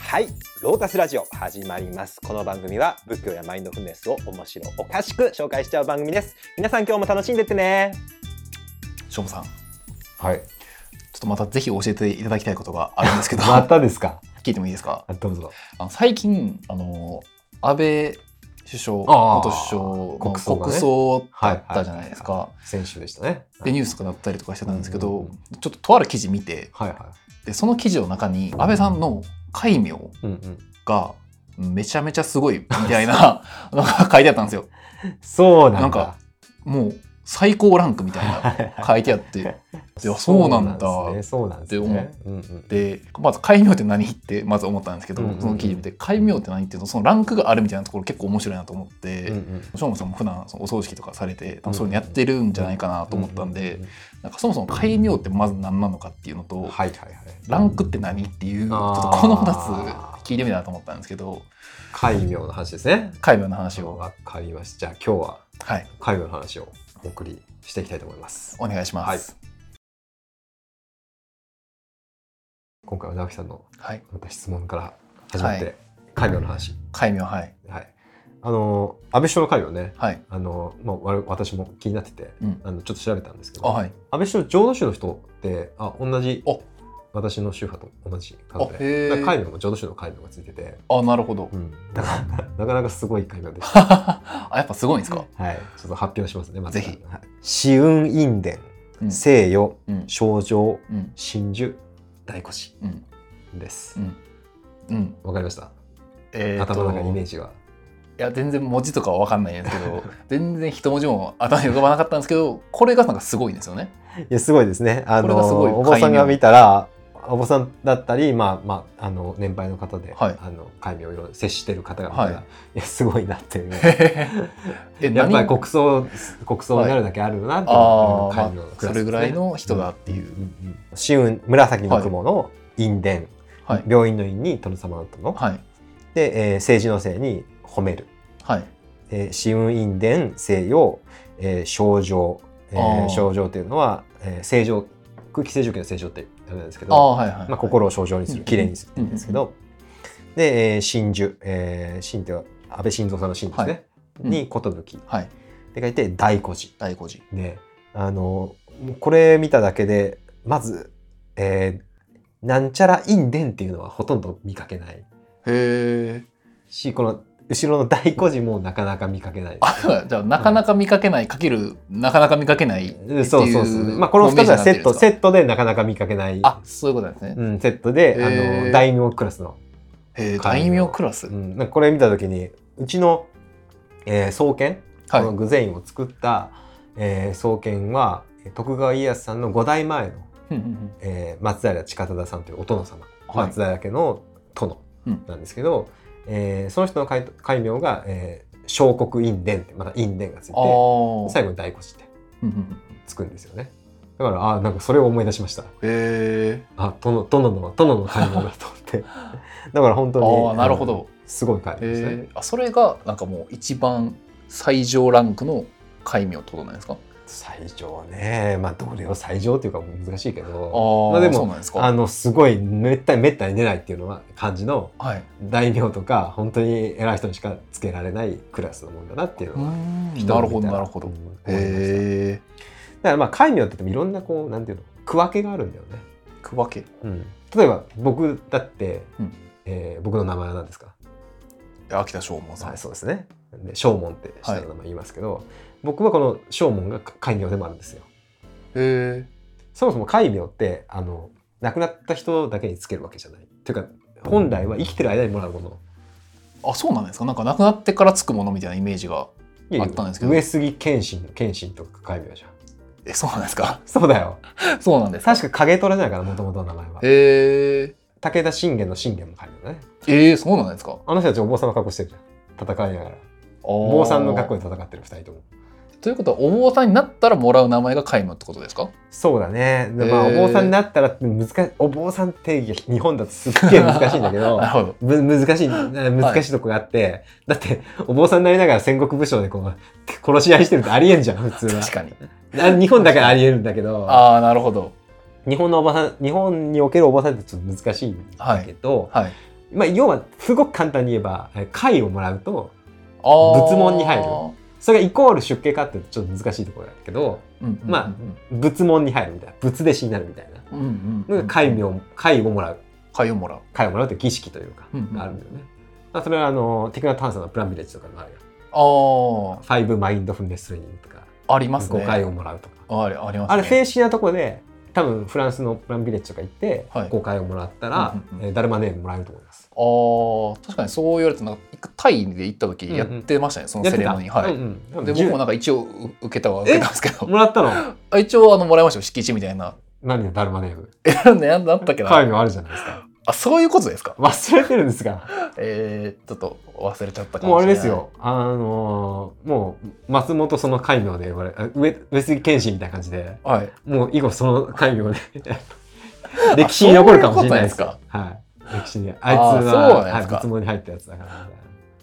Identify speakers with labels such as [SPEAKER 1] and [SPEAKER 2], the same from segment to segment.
[SPEAKER 1] はいロータスラジオ始まりますこの番組は仏教やマインドフルネスを面白おかしく紹介しちゃう番組です皆さん今日も楽しんでってね
[SPEAKER 2] しょうもさん、ちょ
[SPEAKER 3] はい。
[SPEAKER 2] っとまたぜひ教えていただきたいことがあるんですけど、
[SPEAKER 3] またですか。
[SPEAKER 2] 聞いてもいいですか。
[SPEAKER 3] あどうぞ。
[SPEAKER 2] あの最近、あの安倍首相、
[SPEAKER 3] あー
[SPEAKER 2] 元首
[SPEAKER 3] 国
[SPEAKER 2] 相
[SPEAKER 3] 葬が
[SPEAKER 2] の
[SPEAKER 3] ね
[SPEAKER 2] 国葬だったじゃないです
[SPEAKER 3] は
[SPEAKER 2] か。
[SPEAKER 3] 先週でしたね。
[SPEAKER 2] でニュースとかだったりとかしてたんですけ
[SPEAKER 3] うん
[SPEAKER 2] ど
[SPEAKER 3] うんうん、
[SPEAKER 2] ちょっととある記事見て、
[SPEAKER 3] はいは
[SPEAKER 2] でその記事の中に安倍さんの戒名
[SPEAKER 3] い。うんうん。
[SPEAKER 2] がめちゃめちゃすごいみたいなのが 書いてあったんですよ。
[SPEAKER 3] そうなんだ。
[SPEAKER 2] なんかもう最高ランクみたい な書いてあって、いやそうなんだ
[SPEAKER 3] そうなんですね。そうなんですね。うんうん。
[SPEAKER 2] でまず戒名って何ってまず思ったんですけど、
[SPEAKER 3] うんうんうん
[SPEAKER 2] その記事見て戒名って何っていうのそのランクがあるみたいなところ結構面白いなと思って、
[SPEAKER 3] うんうん
[SPEAKER 2] しょうもさんも普段そのお葬式とかされて多分そういうのやってるんじゃないかなと思ったんで、
[SPEAKER 3] うう
[SPEAKER 2] なんかそもそも戒名ってまず何なのかっていうのと、
[SPEAKER 3] うんうんはいはいはい。
[SPEAKER 2] ランクって何っていうちょ
[SPEAKER 3] あー
[SPEAKER 2] っとこの2つ聞いてみたいなと思ったんですけど
[SPEAKER 3] 戒名の話ですね。
[SPEAKER 2] 戒名の話を、
[SPEAKER 3] わかりました。じゃあ今日は
[SPEAKER 2] はい、
[SPEAKER 3] 戒名の話をお送りしていきたいと思います。
[SPEAKER 2] お願いします。
[SPEAKER 3] 今回は直樹さんの
[SPEAKER 2] はい、
[SPEAKER 3] また質問から始まっ
[SPEAKER 2] は
[SPEAKER 3] て戒名の話。
[SPEAKER 2] 戒名はい
[SPEAKER 3] はい。あの安倍首相の戒名ね。
[SPEAKER 2] はい
[SPEAKER 3] あのまあわ私も気になってて、
[SPEAKER 2] うん
[SPEAKER 3] あのちょっと調べたんですけど。
[SPEAKER 2] あはい
[SPEAKER 3] 安倍首相浄土宗の人ってあ同じ
[SPEAKER 2] あ
[SPEAKER 3] 私の宗派と同じなの
[SPEAKER 2] あへー
[SPEAKER 3] でだから戒名も浄土宗の戒名がついてて、
[SPEAKER 2] あなるほど
[SPEAKER 3] なか なかなかすごい戒名でした、
[SPEAKER 2] あやっぱすごいんですか、
[SPEAKER 3] はい、ちょっと発表しますねまず
[SPEAKER 2] ぜひ
[SPEAKER 3] はい紫雲印伝
[SPEAKER 2] うん
[SPEAKER 3] 西洋
[SPEAKER 2] うん
[SPEAKER 3] 正常
[SPEAKER 2] うん
[SPEAKER 3] 真珠大腰
[SPEAKER 2] うん
[SPEAKER 3] です
[SPEAKER 2] うんうん
[SPEAKER 3] わかりました
[SPEAKER 2] えーと
[SPEAKER 3] 頭の中にイメージが
[SPEAKER 2] いや全然文字とかは分かんないんですけど 全然一文字も頭に浮かばなかったんですけどこれがなんかすごいんです よね。
[SPEAKER 3] いやすごいですねあ
[SPEAKER 2] これがすごい
[SPEAKER 3] のお坊さんが
[SPEAKER 2] 戒名
[SPEAKER 3] 見たらお坊さんだったり、まあまあ、あの年配の方で、
[SPEAKER 2] はい
[SPEAKER 3] あの戒名をいろいろ接してる方が見たら、
[SPEAKER 2] はい
[SPEAKER 3] い、やすごいなっていう
[SPEAKER 2] え
[SPEAKER 3] やっぱ
[SPEAKER 2] 何
[SPEAKER 3] り国葬国葬になるだけあるなっていう
[SPEAKER 2] あ
[SPEAKER 3] 感
[SPEAKER 2] ー、
[SPEAKER 3] じ
[SPEAKER 2] ま
[SPEAKER 3] のク
[SPEAKER 2] あ、そ
[SPEAKER 3] ラスですね
[SPEAKER 2] れぐらいの人だっていう。
[SPEAKER 3] んんん紫雲紫の雲の印伝、
[SPEAKER 2] はい
[SPEAKER 3] 病院の院に殿様の殿、
[SPEAKER 2] はい
[SPEAKER 3] で、えー政治のせいに褒める、
[SPEAKER 2] はい
[SPEAKER 3] えー、紫雲印伝西洋、えー、症状、え
[SPEAKER 2] あー
[SPEAKER 3] ー、症状っていうのは、えー、正常空気清浄機の正常ってあれなんですけ
[SPEAKER 2] あ
[SPEAKER 3] ど
[SPEAKER 2] あはいはい。
[SPEAKER 3] まあ、心を症状にす
[SPEAKER 2] う
[SPEAKER 3] る
[SPEAKER 2] ん
[SPEAKER 3] きれいにするっていうんですけど、で、えー、真珠、えー、真っては安倍晋三さんの真ですね、
[SPEAKER 2] はい
[SPEAKER 3] に寿っ
[SPEAKER 2] はい
[SPEAKER 3] て書いて大孤児
[SPEAKER 2] 第五次
[SPEAKER 3] ねあのもうこれ見ただけでまず、えーなんちゃらインデンっていうのはほとんど見かけない
[SPEAKER 2] へえ。
[SPEAKER 3] しこの後ろの大孤児もなかなか見かけない。
[SPEAKER 2] あじゃあなかなか見かけないかけるなかなか見かけないっていう。
[SPEAKER 3] そうそうそう、まあ、この2つはセットセ
[SPEAKER 2] ット。
[SPEAKER 3] ットでなかなか見かけない
[SPEAKER 2] あそういうことなんですね。
[SPEAKER 3] うん、セットで、あ
[SPEAKER 2] へー
[SPEAKER 3] の大名クラスの、
[SPEAKER 2] へえ大名クラス。
[SPEAKER 3] うん、なんかこれ見た時にうちの、えー創建こ
[SPEAKER 2] はい
[SPEAKER 3] の。具前院を作った、えー創建は徳川家康さんの5代前の
[SPEAKER 2] うんうんうん
[SPEAKER 3] えー松平近忠さんというお殿様、
[SPEAKER 2] はい
[SPEAKER 3] 松平家の殿なんですけど、えーその人の戒戒名が、えー、小国印伝ってまた印伝がつい
[SPEAKER 2] ああ
[SPEAKER 3] て最後に大腰って
[SPEAKER 2] うんうんうん。
[SPEAKER 3] つくんですよねだからあーなんかそれを思い出しました
[SPEAKER 2] へえ。
[SPEAKER 3] あ殿殿の殿の戒名だと思ってだ から本当に
[SPEAKER 2] ああなるほど。
[SPEAKER 3] うんすごい戒名ですね、
[SPEAKER 2] えー、あそれがなんかもう一番最上ランクの戒名ってことなんですか
[SPEAKER 3] 最上ねまあどれを最上というか難しいけ
[SPEAKER 2] あ
[SPEAKER 3] ど
[SPEAKER 2] ー、
[SPEAKER 3] まあでも
[SPEAKER 2] そうなんです
[SPEAKER 3] あ
[SPEAKER 2] か
[SPEAKER 3] のすごいめったにめったに出ないっていうのは感じの
[SPEAKER 2] はい
[SPEAKER 3] 大名とか本当に偉い人にしかつけられないクラスのもんだなっていう
[SPEAKER 2] うー
[SPEAKER 3] のは、
[SPEAKER 2] ん
[SPEAKER 3] 人
[SPEAKER 2] な
[SPEAKER 3] を
[SPEAKER 2] る
[SPEAKER 3] 見
[SPEAKER 2] ほ
[SPEAKER 3] た
[SPEAKER 2] ど
[SPEAKER 3] ら
[SPEAKER 2] なるほど
[SPEAKER 3] うん思いました
[SPEAKER 2] へえ
[SPEAKER 3] だからまあ戒名って言ってもいろんなこうなんていうの区分けがあるんだよね、
[SPEAKER 2] 区分け
[SPEAKER 3] 例えば僕だって、
[SPEAKER 2] うん
[SPEAKER 3] えー僕の名前は何ですか、
[SPEAKER 2] 秋田正門さん、
[SPEAKER 3] はいそうですねで正門って下の名前言いますけど、僕はこの正門が戒名でもあるんですよ
[SPEAKER 2] へ
[SPEAKER 3] そもそも戒名ってあの亡くなった人だけにつけるわけじゃないっていうか本来は生きてる間にもらうもの
[SPEAKER 2] ーあそうなんですかなんかなくなってからつくものみたいなイメージが
[SPEAKER 3] いやいや
[SPEAKER 2] あったんですけど
[SPEAKER 3] 上杉謙信の謙信とか戒名じゃん
[SPEAKER 2] えそうなんですか
[SPEAKER 3] そうだよ
[SPEAKER 2] そうなんですか
[SPEAKER 3] 確か影虎じゃないかなもともとの名前は
[SPEAKER 2] へえ
[SPEAKER 3] 武田信玄の信玄も戒名だね
[SPEAKER 2] えー、そうなんですか
[SPEAKER 3] あの人たちお坊さんの格好してるじゃん戦いながらお
[SPEAKER 2] 坊
[SPEAKER 3] 坊さんの格好で戦ってる二人とも
[SPEAKER 2] ということはお坊さんになったらもらう名前が戒名ってことですか
[SPEAKER 3] そうだねでまあ
[SPEAKER 2] へ
[SPEAKER 3] お
[SPEAKER 2] ー
[SPEAKER 3] 坊さんになったらって難しいお坊さん定義が日本だとすっげえ難しいんだけど
[SPEAKER 2] なるほど
[SPEAKER 3] む難しい難しいとこがあって、だってお坊さんになりながら戦国武将でこう殺し合いしてるってありえんじゃん普通は
[SPEAKER 2] 確かに
[SPEAKER 3] あ日本だからありえるんだけど
[SPEAKER 2] ああなるほど
[SPEAKER 3] 日本のおばさん日本におけるおばさんってちょっと難しいんだけど、
[SPEAKER 2] はい
[SPEAKER 3] まあ、要はすごく簡単に言えばえー解をもらうと
[SPEAKER 2] あー
[SPEAKER 3] 仏門に入るそれがイコール出家かっていうとちょっと難しいところだけど
[SPEAKER 2] うんうんうん
[SPEAKER 3] まあ仏門に入るみたいな仏弟子になるみたいな
[SPEAKER 2] うんうんうん
[SPEAKER 3] のが解名解をもらう
[SPEAKER 2] 貝をもらう
[SPEAKER 3] 解をもらうという儀式というか、
[SPEAKER 2] うんうん
[SPEAKER 3] があるんだよね。まあ、それはあのテクノ探査のプランビレッジとかのあるよ
[SPEAKER 2] あ
[SPEAKER 3] ファイブマインドフルネストレーニングとか
[SPEAKER 2] あありますね
[SPEAKER 3] 5回をもらうとか、
[SPEAKER 2] あれありますね
[SPEAKER 3] あれ精神なとこで多分フランスのプランビレッジとか行って
[SPEAKER 2] はい
[SPEAKER 3] 5回をもらったら、
[SPEAKER 2] うんうんうん
[SPEAKER 3] えーダルマネームもらえると思います。
[SPEAKER 2] あー確かにそう言われてなんか一回タイで行った時やってましたね、そのセレモニー
[SPEAKER 3] やって
[SPEAKER 2] は
[SPEAKER 3] た
[SPEAKER 2] い、
[SPEAKER 3] うんうん
[SPEAKER 2] で
[SPEAKER 3] 多分
[SPEAKER 2] 僕もなんか一応う受けたは受けたんですけ
[SPEAKER 3] 10
[SPEAKER 2] ど
[SPEAKER 3] もらったの
[SPEAKER 2] あ 一応あのもらいましたよ敷地みたいな
[SPEAKER 3] 何のダルマネーム
[SPEAKER 2] なんだったっけな、
[SPEAKER 3] 会名あるじゃ ないですか。
[SPEAKER 2] あそういうことですか
[SPEAKER 3] 忘れてるんですが
[SPEAKER 2] えー、ちょっと忘れちゃったか
[SPEAKER 3] もう
[SPEAKER 2] も
[SPEAKER 3] あ
[SPEAKER 2] しれな
[SPEAKER 3] れ
[SPEAKER 2] い
[SPEAKER 3] ですよあのーもう松本その戒名で呼ばれあ上上杉謙信みたいな感じで
[SPEAKER 2] はい
[SPEAKER 3] もう以後その戒名で 歴史に残るかもしれないです
[SPEAKER 2] あそうい
[SPEAKER 3] か
[SPEAKER 2] うこ
[SPEAKER 3] はい歴史にあいつ
[SPEAKER 2] あーそう
[SPEAKER 3] は、
[SPEAKER 2] なんで
[SPEAKER 3] はい、
[SPEAKER 2] すか
[SPEAKER 3] 仏門に入ったやつだからみたいな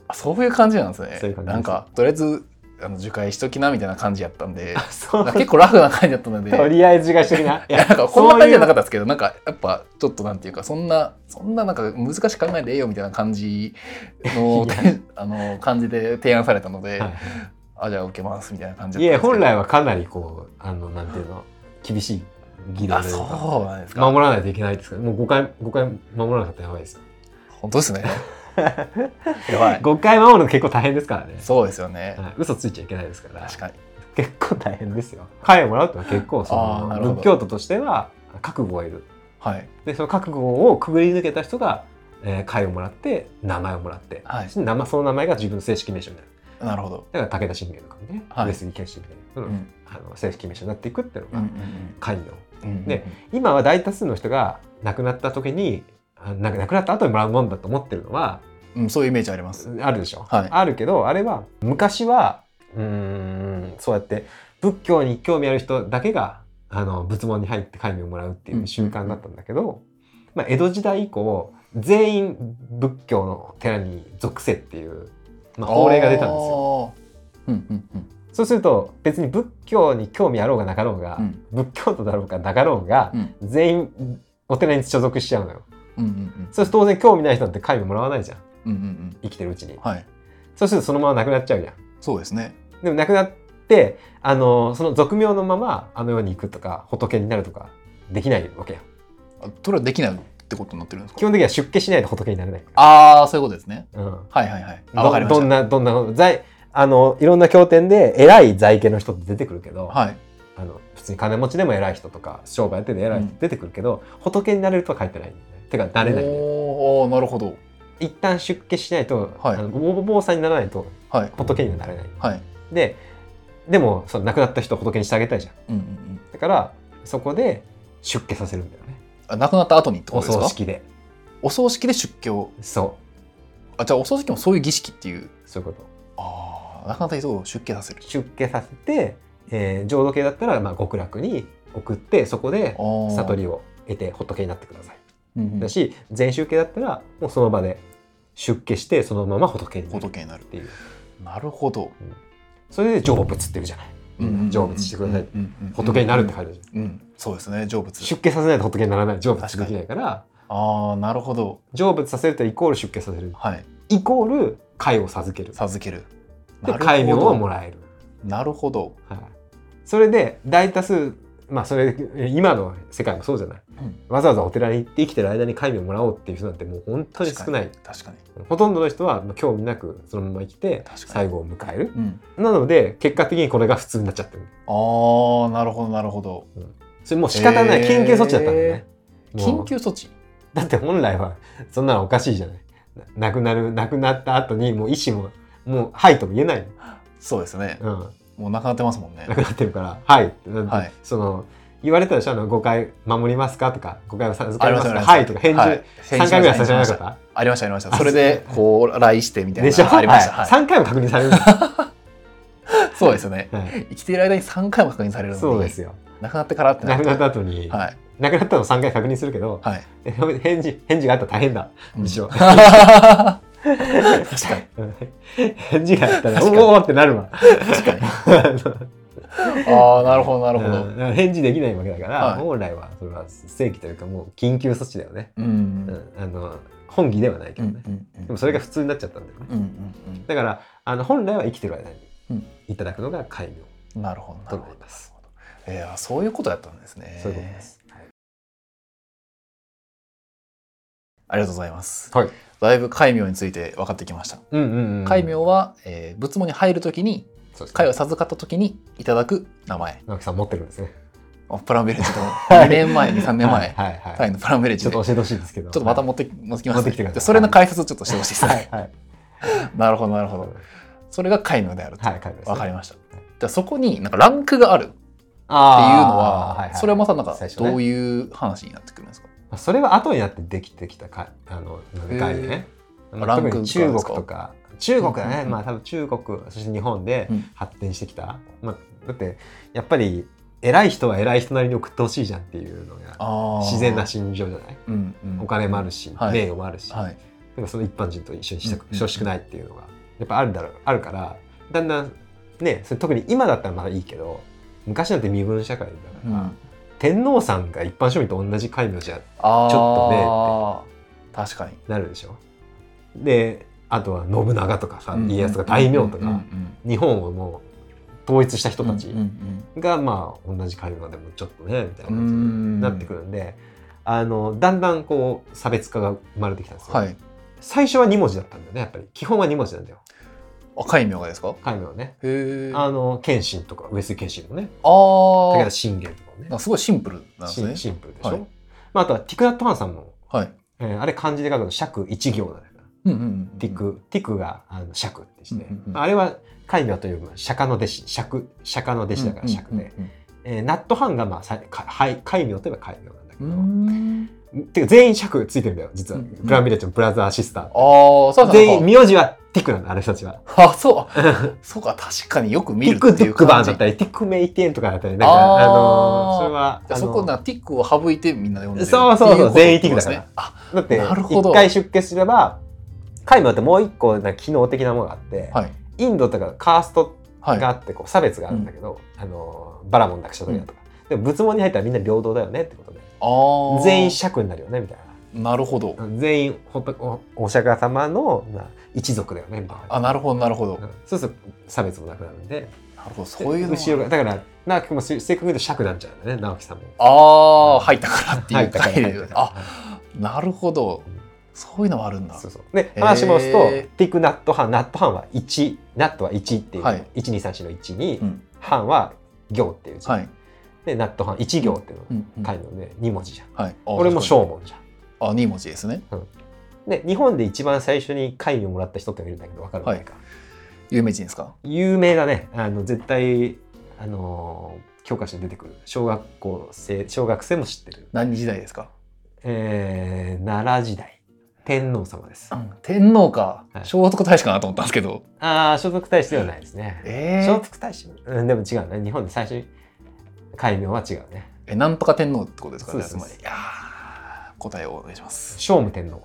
[SPEAKER 2] あそういう感じなんですね
[SPEAKER 3] そういう感じです
[SPEAKER 2] なんかとりあえずあの受会しときなみたいな感じやったんで
[SPEAKER 3] そ
[SPEAKER 2] なんか
[SPEAKER 3] う
[SPEAKER 2] 結構ラフな感じだった ので
[SPEAKER 3] とりあえずがしときな。い
[SPEAKER 2] いやなんかこんな感じじゃなか
[SPEAKER 3] っ
[SPEAKER 2] ったですけどなんかやっぱちょっとなんていうかそんなそんななんか難しく考えんでええよみたいな感じ のあの感じで提案されたので、
[SPEAKER 3] はい
[SPEAKER 2] あじゃあ受けますみたいな感じ
[SPEAKER 3] い
[SPEAKER 2] だ
[SPEAKER 3] や
[SPEAKER 2] ったんです
[SPEAKER 3] 本
[SPEAKER 2] けど
[SPEAKER 3] 来はかなりこうあのなんていうの厳しい議論
[SPEAKER 2] あ
[SPEAKER 3] で
[SPEAKER 2] そうなんですか、
[SPEAKER 3] 守らないといけないですからもう5回5回守らなかったらやばいですよ。
[SPEAKER 2] 本当で すねやばい
[SPEAKER 3] 5回守るの結構大変ですからね。
[SPEAKER 2] そうですよね、
[SPEAKER 3] はい、嘘ついちゃいけないですから
[SPEAKER 2] 確かに
[SPEAKER 3] 結構大変ですよ。会をもらうってのは結構そ
[SPEAKER 2] あーなるほ
[SPEAKER 3] の
[SPEAKER 2] ど
[SPEAKER 3] 仏教徒としては覚悟がいる。
[SPEAKER 2] はい
[SPEAKER 3] でその覚悟をくぐり抜けた人が、えー、会をもらって名前をもらって、
[SPEAKER 2] はい
[SPEAKER 3] その名前その名前が自分の正式名称になる。
[SPEAKER 2] なるほど、
[SPEAKER 3] だから武田信玄とかね、
[SPEAKER 2] はい
[SPEAKER 3] 上杉謙信みたいな、う
[SPEAKER 2] う
[SPEAKER 3] んん、あの正式名称になっていくっていうの
[SPEAKER 2] うん
[SPEAKER 3] が
[SPEAKER 2] うん
[SPEAKER 3] 会の
[SPEAKER 2] うんうん
[SPEAKER 3] で今は大多数の人が亡くなった時にあなんか亡くなった後にもらうもんだと思ってるのは
[SPEAKER 2] うん、そういうイメージあります
[SPEAKER 3] あるでしょ、
[SPEAKER 2] はい
[SPEAKER 3] あるけどあれは昔はうーんそうやって仏教に興味ある人だけがあの仏門に入って戒名をもらうっていう習慣だったんだけど、まあ、江戸時代以降全員仏教の寺に属せっていう、まあ、法令が出たんですよ。
[SPEAKER 2] ようんうんうん
[SPEAKER 3] そうすると別に仏教に興味あろうがなかろうが、
[SPEAKER 2] うん
[SPEAKER 3] 仏教徒だろうがなかろうが
[SPEAKER 2] う、ん
[SPEAKER 3] 全員お寺に所属しちゃうのよ。
[SPEAKER 2] うんうん
[SPEAKER 3] そうすると当然興味ない人なんて戒名もらわないじゃん
[SPEAKER 2] うんうんうん
[SPEAKER 3] 生きてるうちに
[SPEAKER 2] はい
[SPEAKER 3] そうするとそのまま亡くなっちゃうじゃん
[SPEAKER 2] そうですね
[SPEAKER 3] でも亡くなってあのその俗名のままあの世に行くとか仏になるとかできないわけよ
[SPEAKER 2] あそれはできないってことになってるんです
[SPEAKER 3] 基
[SPEAKER 2] か
[SPEAKER 3] 本的には出家しないと仏になれないか
[SPEAKER 2] ああそういうことですね
[SPEAKER 3] ら、うん、
[SPEAKER 2] はいはいはいあわかり
[SPEAKER 3] ど
[SPEAKER 2] まし
[SPEAKER 3] どんなどんな在あのいろんな経典で偉い在家の人って出てくるけど、
[SPEAKER 2] たはい
[SPEAKER 3] あの普通に金持ちでも偉い人とか商売やってて偉い人出てくるけど、仏になれるとは書いてないんだよねてかなれないんだよ
[SPEAKER 2] おーなるほど
[SPEAKER 3] 一旦出家しないと、
[SPEAKER 2] はい
[SPEAKER 3] あのお坊さんにならないと
[SPEAKER 2] はい
[SPEAKER 3] 仏にはなれない
[SPEAKER 2] はい
[SPEAKER 3] ででもその亡くなった人を仏にしてあげたいじゃん
[SPEAKER 2] うんうんうん
[SPEAKER 3] だからそこで出家させるんだよね
[SPEAKER 2] あ亡くなった後にってこ
[SPEAKER 3] お
[SPEAKER 2] とですか
[SPEAKER 3] 葬式で
[SPEAKER 2] お葬式で出家を
[SPEAKER 3] そう
[SPEAKER 2] あじゃあお葬式もそういう儀式っていう
[SPEAKER 3] そういうこと
[SPEAKER 2] ああなかなか人を出家させる
[SPEAKER 3] 出家させて、えー浄土系だったらまあ極楽に送ってそこで悟
[SPEAKER 2] り、
[SPEAKER 3] りを得て仏になってください
[SPEAKER 2] うんうん
[SPEAKER 3] だし全宗系だったらもうその場で出家してそのまま仏になるっ
[SPEAKER 2] 仏になる
[SPEAKER 3] ていう
[SPEAKER 2] なるほど、
[SPEAKER 3] それで成仏っていうじゃない成仏してください仏になるって書いてあるじゃん
[SPEAKER 2] うん、うん、そうですね成仏
[SPEAKER 3] 出家させないと仏にならない成仏できないから
[SPEAKER 2] ああなるほど
[SPEAKER 3] 成仏させるとイコール出家させる
[SPEAKER 2] はい
[SPEAKER 3] イコール解を授ける
[SPEAKER 2] 授ける
[SPEAKER 3] で解名をも
[SPEAKER 2] ら
[SPEAKER 3] らえる、
[SPEAKER 2] うなるほど、
[SPEAKER 3] はい、それで大多数まあそれえ今の世界もそうじゃない
[SPEAKER 2] うん、
[SPEAKER 3] わざわざお寺に行って生きてる間に解名をもらおうっていう人なんてもう本当に少ない
[SPEAKER 2] 確かに
[SPEAKER 3] ほとんどの人はまあ興味なくそのまま生きて
[SPEAKER 2] 確かに
[SPEAKER 3] 最後を迎える
[SPEAKER 2] うん
[SPEAKER 3] なので結果的にこれが普通になっちゃってる
[SPEAKER 2] ああなるほどなるほど
[SPEAKER 3] それもう仕方ない
[SPEAKER 2] へー
[SPEAKER 3] 緊急措置だったんだよねも
[SPEAKER 2] 緊
[SPEAKER 3] う
[SPEAKER 2] 急措置
[SPEAKER 3] だって本来はそんなのおかしいじゃないな亡くなる亡くなった後にもう医師ももう「はい」とも言えない、
[SPEAKER 2] そうですね
[SPEAKER 3] うん、
[SPEAKER 2] もうなくなってますもんね
[SPEAKER 3] なくなってるから「はい」ってなんて
[SPEAKER 2] はい
[SPEAKER 3] その言われたでしょあの5回守りますかとか5回は授
[SPEAKER 2] あ
[SPEAKER 3] か
[SPEAKER 2] り
[SPEAKER 3] り
[SPEAKER 2] ま
[SPEAKER 3] ます
[SPEAKER 2] した
[SPEAKER 3] かはいとか返事、
[SPEAKER 2] 三
[SPEAKER 3] 3回ぐらいさせなかった
[SPEAKER 2] ありましたありましたそれでこう来してみたいな
[SPEAKER 3] でしょ
[SPEAKER 2] ありました、
[SPEAKER 3] はい
[SPEAKER 2] はい
[SPEAKER 3] 3回も確認されるん ですよ、
[SPEAKER 2] そうですね
[SPEAKER 3] はい
[SPEAKER 2] 生きている間に3回も確認されるのに
[SPEAKER 3] そうですよ
[SPEAKER 2] 亡くなってからって
[SPEAKER 3] 亡
[SPEAKER 2] る
[SPEAKER 3] く
[SPEAKER 2] と
[SPEAKER 3] なった後に、
[SPEAKER 2] はい
[SPEAKER 3] 亡くなったの3回確認するけど、
[SPEAKER 2] はい
[SPEAKER 3] 返事返事があったら大変 だむしろ
[SPEAKER 2] うん確かに
[SPEAKER 3] 返事があったら
[SPEAKER 2] 確
[SPEAKER 3] お
[SPEAKER 2] かに
[SPEAKER 3] おーってなるわ
[SPEAKER 2] 確かにああなるほどなる ほ
[SPEAKER 3] う
[SPEAKER 2] ど
[SPEAKER 3] んだから返事できないわけだから、
[SPEAKER 2] はい
[SPEAKER 3] 本来はそれは正規というかもう緊急措置だよね、
[SPEAKER 2] う
[SPEAKER 3] うんんあの本義ではないけ
[SPEAKER 2] う
[SPEAKER 3] ど
[SPEAKER 2] ん
[SPEAKER 3] ね、
[SPEAKER 2] うん
[SPEAKER 3] でもそれが普通になっちゃったんだよね、
[SPEAKER 2] うんうん
[SPEAKER 3] だからあの本来は生きてる間
[SPEAKER 2] う
[SPEAKER 3] に
[SPEAKER 2] ん
[SPEAKER 3] いただくのが戒名
[SPEAKER 2] うんなるほどな
[SPEAKER 3] と
[SPEAKER 2] る
[SPEAKER 3] な
[SPEAKER 2] ほ
[SPEAKER 3] り
[SPEAKER 2] ど
[SPEAKER 3] ます、
[SPEAKER 2] えー、あそういうことだったんですね
[SPEAKER 3] そういうことです、
[SPEAKER 2] ありがとうございます
[SPEAKER 3] はい
[SPEAKER 2] だいぶ戒名について分かってきました
[SPEAKER 3] うんうんうん
[SPEAKER 2] 戒名は、えー、仏門に入るときに
[SPEAKER 3] そうですね
[SPEAKER 2] 戒を授かったときにいただく名前
[SPEAKER 3] 直樹さん持ってるんですね
[SPEAKER 2] あプランベレ ッジの2年前に3年前、
[SPEAKER 3] はいはいはい
[SPEAKER 2] タイのプランベレッ
[SPEAKER 3] ちょ
[SPEAKER 2] ジ
[SPEAKER 3] っ
[SPEAKER 2] でちょ
[SPEAKER 3] と教えてほしいですけど
[SPEAKER 2] っとまた
[SPEAKER 3] も
[SPEAKER 2] 持って持ってき
[SPEAKER 3] 持
[SPEAKER 2] ました、
[SPEAKER 3] ってきてください
[SPEAKER 2] でそれの解説をちょっとしてほしいですね、
[SPEAKER 3] はいはい
[SPEAKER 2] なるほどなるほ
[SPEAKER 3] はい
[SPEAKER 2] どそれが戒名であると、
[SPEAKER 3] はい戒名ですね
[SPEAKER 2] 分かりましたじゃあそこになんかランクがあるっていうのは、
[SPEAKER 3] あーいい
[SPEAKER 2] それもさなんか
[SPEAKER 3] 最初ね
[SPEAKER 2] どういう話になってくるんですか、
[SPEAKER 3] まあそれは後になってできてきたかあの概念ね。
[SPEAKER 2] ー
[SPEAKER 3] まあ
[SPEAKER 2] ランク
[SPEAKER 3] 特に中国と
[SPEAKER 2] と
[SPEAKER 3] か中国だね、
[SPEAKER 2] うんうんうん
[SPEAKER 3] まあ多分中国そして日本で
[SPEAKER 2] うん
[SPEAKER 3] 発展してきた、まあ、だってやっぱり偉い人は偉い人なりに送ってほしいじゃんっていうのが
[SPEAKER 2] あー
[SPEAKER 3] 自然な、心情じゃない
[SPEAKER 2] うんうん
[SPEAKER 3] お金もあるし、
[SPEAKER 2] はい
[SPEAKER 3] 名誉もあるし、
[SPEAKER 2] はい、
[SPEAKER 3] なんかその一般人と一緒にした
[SPEAKER 2] うん
[SPEAKER 3] く
[SPEAKER 2] うん
[SPEAKER 3] してほしくないっていうのがやっぱあるだろうあるからだんだんねそれ特に今だったらまだいいけど昔なんて身分社会だから、天皇さんが一般庶民と同じ戒名じゃ
[SPEAKER 2] あ
[SPEAKER 3] ちょっとね
[SPEAKER 2] っとね確かに
[SPEAKER 3] なるでしょであとは信長とかさ、
[SPEAKER 2] うん
[SPEAKER 3] 家康とか大名とか、
[SPEAKER 2] うんうん
[SPEAKER 3] 日本をもう統一した人たち
[SPEAKER 2] うんうん
[SPEAKER 3] が、まあ同じ会話でもちょっとねみたいな
[SPEAKER 2] う
[SPEAKER 3] 感じ
[SPEAKER 2] ん
[SPEAKER 3] になってくるんで、あのだんだんこう差別化が生まれてきたんですよ、
[SPEAKER 2] はい
[SPEAKER 3] 最初は2文字だったんだよねやっぱり基本は2文字なんだよ
[SPEAKER 2] 赤い名がですかへ
[SPEAKER 3] 戒名はね
[SPEAKER 2] え
[SPEAKER 3] あの謙信とか上杉謙信もね
[SPEAKER 2] あー
[SPEAKER 3] 武田信玄とかもね
[SPEAKER 2] なんかすごいシンプルなんです
[SPEAKER 3] シン
[SPEAKER 2] ね
[SPEAKER 3] シンプルでしょ、
[SPEAKER 2] はい
[SPEAKER 3] まあ、あとはティクナット・ハンさんも、
[SPEAKER 2] はい
[SPEAKER 3] えーあれ漢字で書くの尺一行なんだから
[SPEAKER 2] うんうんうん
[SPEAKER 3] ティク、ティクがあの釈ってして、
[SPEAKER 2] うんうんうん
[SPEAKER 3] あれは戒名という分釈迦の弟子釈釈迦の弟子だから釈で、
[SPEAKER 2] うん
[SPEAKER 3] えーナットハンがまあさかはい戒名といえば戒名なんだけど、
[SPEAKER 2] うんうんうん
[SPEAKER 3] てか全員釈ついてるんだよ実は、
[SPEAKER 2] うんうん
[SPEAKER 3] ブランビレッジのブラザーシスター
[SPEAKER 2] あーそうそう
[SPEAKER 3] 全員名字はティクなのあの人たちは
[SPEAKER 2] あそう あそうか確かによく見
[SPEAKER 3] テ
[SPEAKER 2] る
[SPEAKER 3] ィク
[SPEAKER 2] って
[SPEAKER 3] ド
[SPEAKER 2] い
[SPEAKER 3] ゥ
[SPEAKER 2] う
[SPEAKER 3] クバ
[SPEAKER 2] 感
[SPEAKER 3] ン
[SPEAKER 2] じ
[SPEAKER 3] だったりティクメイテンとかだったりなん
[SPEAKER 2] あ
[SPEAKER 3] か
[SPEAKER 2] ー
[SPEAKER 3] あのーそれは
[SPEAKER 2] じゃあ
[SPEAKER 3] あ
[SPEAKER 2] そ
[SPEAKER 3] の
[SPEAKER 2] こなティックを省いてみんなで読んでる
[SPEAKER 3] そうそうそう
[SPEAKER 2] っていことです
[SPEAKER 3] 全員ティックだから
[SPEAKER 2] ねあ
[SPEAKER 3] だって
[SPEAKER 2] なるほど
[SPEAKER 3] 一回出家すれば戒名ってもう一個なんか機能的なものがあって、
[SPEAKER 2] はい
[SPEAKER 3] インドとかカースト
[SPEAKER 2] はい
[SPEAKER 3] があってこう差別があるんだけど、あのバラモンだクシャドリアとか、でも仏門に入ったらみんな平等だよねってことで
[SPEAKER 2] あー
[SPEAKER 3] 全員釈になるよねみたい
[SPEAKER 2] なるほど
[SPEAKER 3] な全員ほんとおお釈迦様の、まあ、一族だよねみたいな
[SPEAKER 2] あなるほどなるほど
[SPEAKER 3] うんそうすると差別もなくなるんで
[SPEAKER 2] なるほどそういうのが
[SPEAKER 3] 後ろがだから直樹君も正確に言うと釈なんちゃうんだよね直樹さんも。
[SPEAKER 2] ああ入ったからってい
[SPEAKER 3] 入
[SPEAKER 2] う
[SPEAKER 3] ったから
[SPEAKER 2] 概
[SPEAKER 3] 入
[SPEAKER 2] 念
[SPEAKER 3] ったから
[SPEAKER 2] あなるほどそういうのもあるんだ
[SPEAKER 3] そうそうで
[SPEAKER 2] へー
[SPEAKER 3] 話戻すとティクナットハンナットハンは1ナットは1っていう、
[SPEAKER 2] はい
[SPEAKER 3] 1234の1に、
[SPEAKER 2] うん
[SPEAKER 3] ハンは行っていう字、
[SPEAKER 2] はい
[SPEAKER 3] でナットハン1行っていうの
[SPEAKER 2] うんうん
[SPEAKER 3] 書いてるので2文字じゃん、
[SPEAKER 2] はい
[SPEAKER 3] 俺も正
[SPEAKER 2] 小
[SPEAKER 3] 文じゃん
[SPEAKER 2] あ二文字ですね
[SPEAKER 3] で日本で一番最初に会議をもらった人ってのがいるんだけど分かるわか、
[SPEAKER 2] 有名人ですか
[SPEAKER 3] 有名だねあの絶対あのー教科書に出てくる小学校生小学生も知ってる、
[SPEAKER 2] 何時代ですか
[SPEAKER 3] えー、奈良時代天皇様です
[SPEAKER 2] 天皇か
[SPEAKER 3] はい
[SPEAKER 2] 聖徳太子かなと思ったんですけど
[SPEAKER 3] ああ聖徳太子ではないですね
[SPEAKER 2] え
[SPEAKER 3] 聖
[SPEAKER 2] ー
[SPEAKER 3] 徳太子、うん、でも違うね日本で最初に改名は違うね
[SPEAKER 2] えなんとか天皇ってことですかね
[SPEAKER 3] そう
[SPEAKER 2] つ
[SPEAKER 3] です
[SPEAKER 2] まりいやー答えをお願いします
[SPEAKER 3] 聖武天皇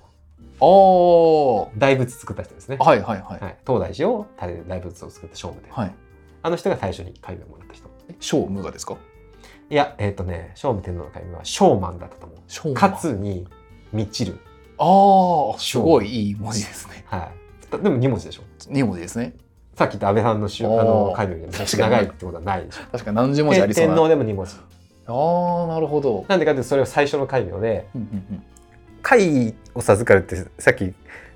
[SPEAKER 2] おー
[SPEAKER 3] 大仏作った人ですね、
[SPEAKER 2] はいはいはい
[SPEAKER 3] はい、東大寺を建てる大仏を作った聖武天皇、
[SPEAKER 2] はい
[SPEAKER 3] あの人が最初に改名をもらった人
[SPEAKER 2] え小無がですか
[SPEAKER 3] いやえっ、とね聖武天皇の改名は聖満だったと思う
[SPEAKER 2] 小無
[SPEAKER 3] 勝つに満ちる。
[SPEAKER 2] ああすごいいい文字ですね
[SPEAKER 3] はい。でも2文字でしょ。
[SPEAKER 2] 二文字ですね
[SPEAKER 3] さっき言った安倍さんのしゅあ
[SPEAKER 2] おー
[SPEAKER 3] の解明で
[SPEAKER 2] 確かに
[SPEAKER 3] 長いってことはないでしょ。
[SPEAKER 2] 確か何十文字ありそう
[SPEAKER 3] 天
[SPEAKER 2] な
[SPEAKER 3] 皇でも2文字。
[SPEAKER 2] ああなるほど、
[SPEAKER 3] なんでかっていうとそれを最初の解名で、
[SPEAKER 2] うんうんうん、
[SPEAKER 3] 解を授かるってさっき、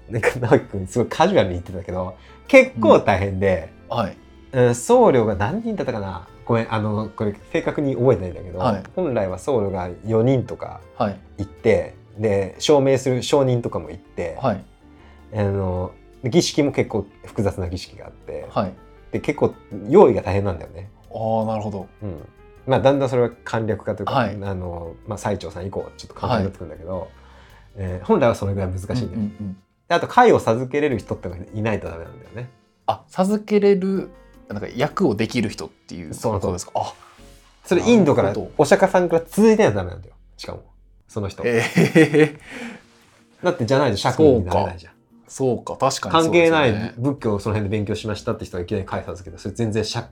[SPEAKER 3] なんか直樹君すごいカジュアルに言ってたけど、結構大変で、
[SPEAKER 2] はい
[SPEAKER 3] うん僧侶が何人だったかなごめん、あの、これ正確に覚えてないんだけど、
[SPEAKER 2] はい
[SPEAKER 3] 本来は僧侶が4人とか
[SPEAKER 2] はい
[SPEAKER 3] 行って、で、証明する証人とかも行って、
[SPEAKER 2] はい
[SPEAKER 3] あの儀式も結構複雑な儀式があって、
[SPEAKER 2] はい
[SPEAKER 3] で結構用意が大変なんだよね。
[SPEAKER 2] ああなるほど
[SPEAKER 3] うんまあ、だんだんそれは簡略化というか、
[SPEAKER 2] はい
[SPEAKER 3] あのまあ、最澄さん以降ちょっと簡単になってくるんだけど、えー本来はそれぐらい難しいんだよ、
[SPEAKER 2] うんうんうん、
[SPEAKER 3] であと会を授けれる人ってのがいないとダメなんだよね。
[SPEAKER 2] あ授けれるなんか役をできる人っていう
[SPEAKER 3] そう
[SPEAKER 2] ことですかあ
[SPEAKER 3] それインドから
[SPEAKER 2] なるほど
[SPEAKER 3] お釈迦さんから続いてないとダメなんだよしかもその人。
[SPEAKER 2] へえ
[SPEAKER 3] だってじゃないと釈迦になれないじゃん。
[SPEAKER 2] そうか確かに
[SPEAKER 3] 関
[SPEAKER 2] そうで
[SPEAKER 3] 係
[SPEAKER 2] すよ
[SPEAKER 3] な
[SPEAKER 2] ね、
[SPEAKER 3] い仏教をその辺で勉強しましたって人がいきなり会授けどそれ全然釈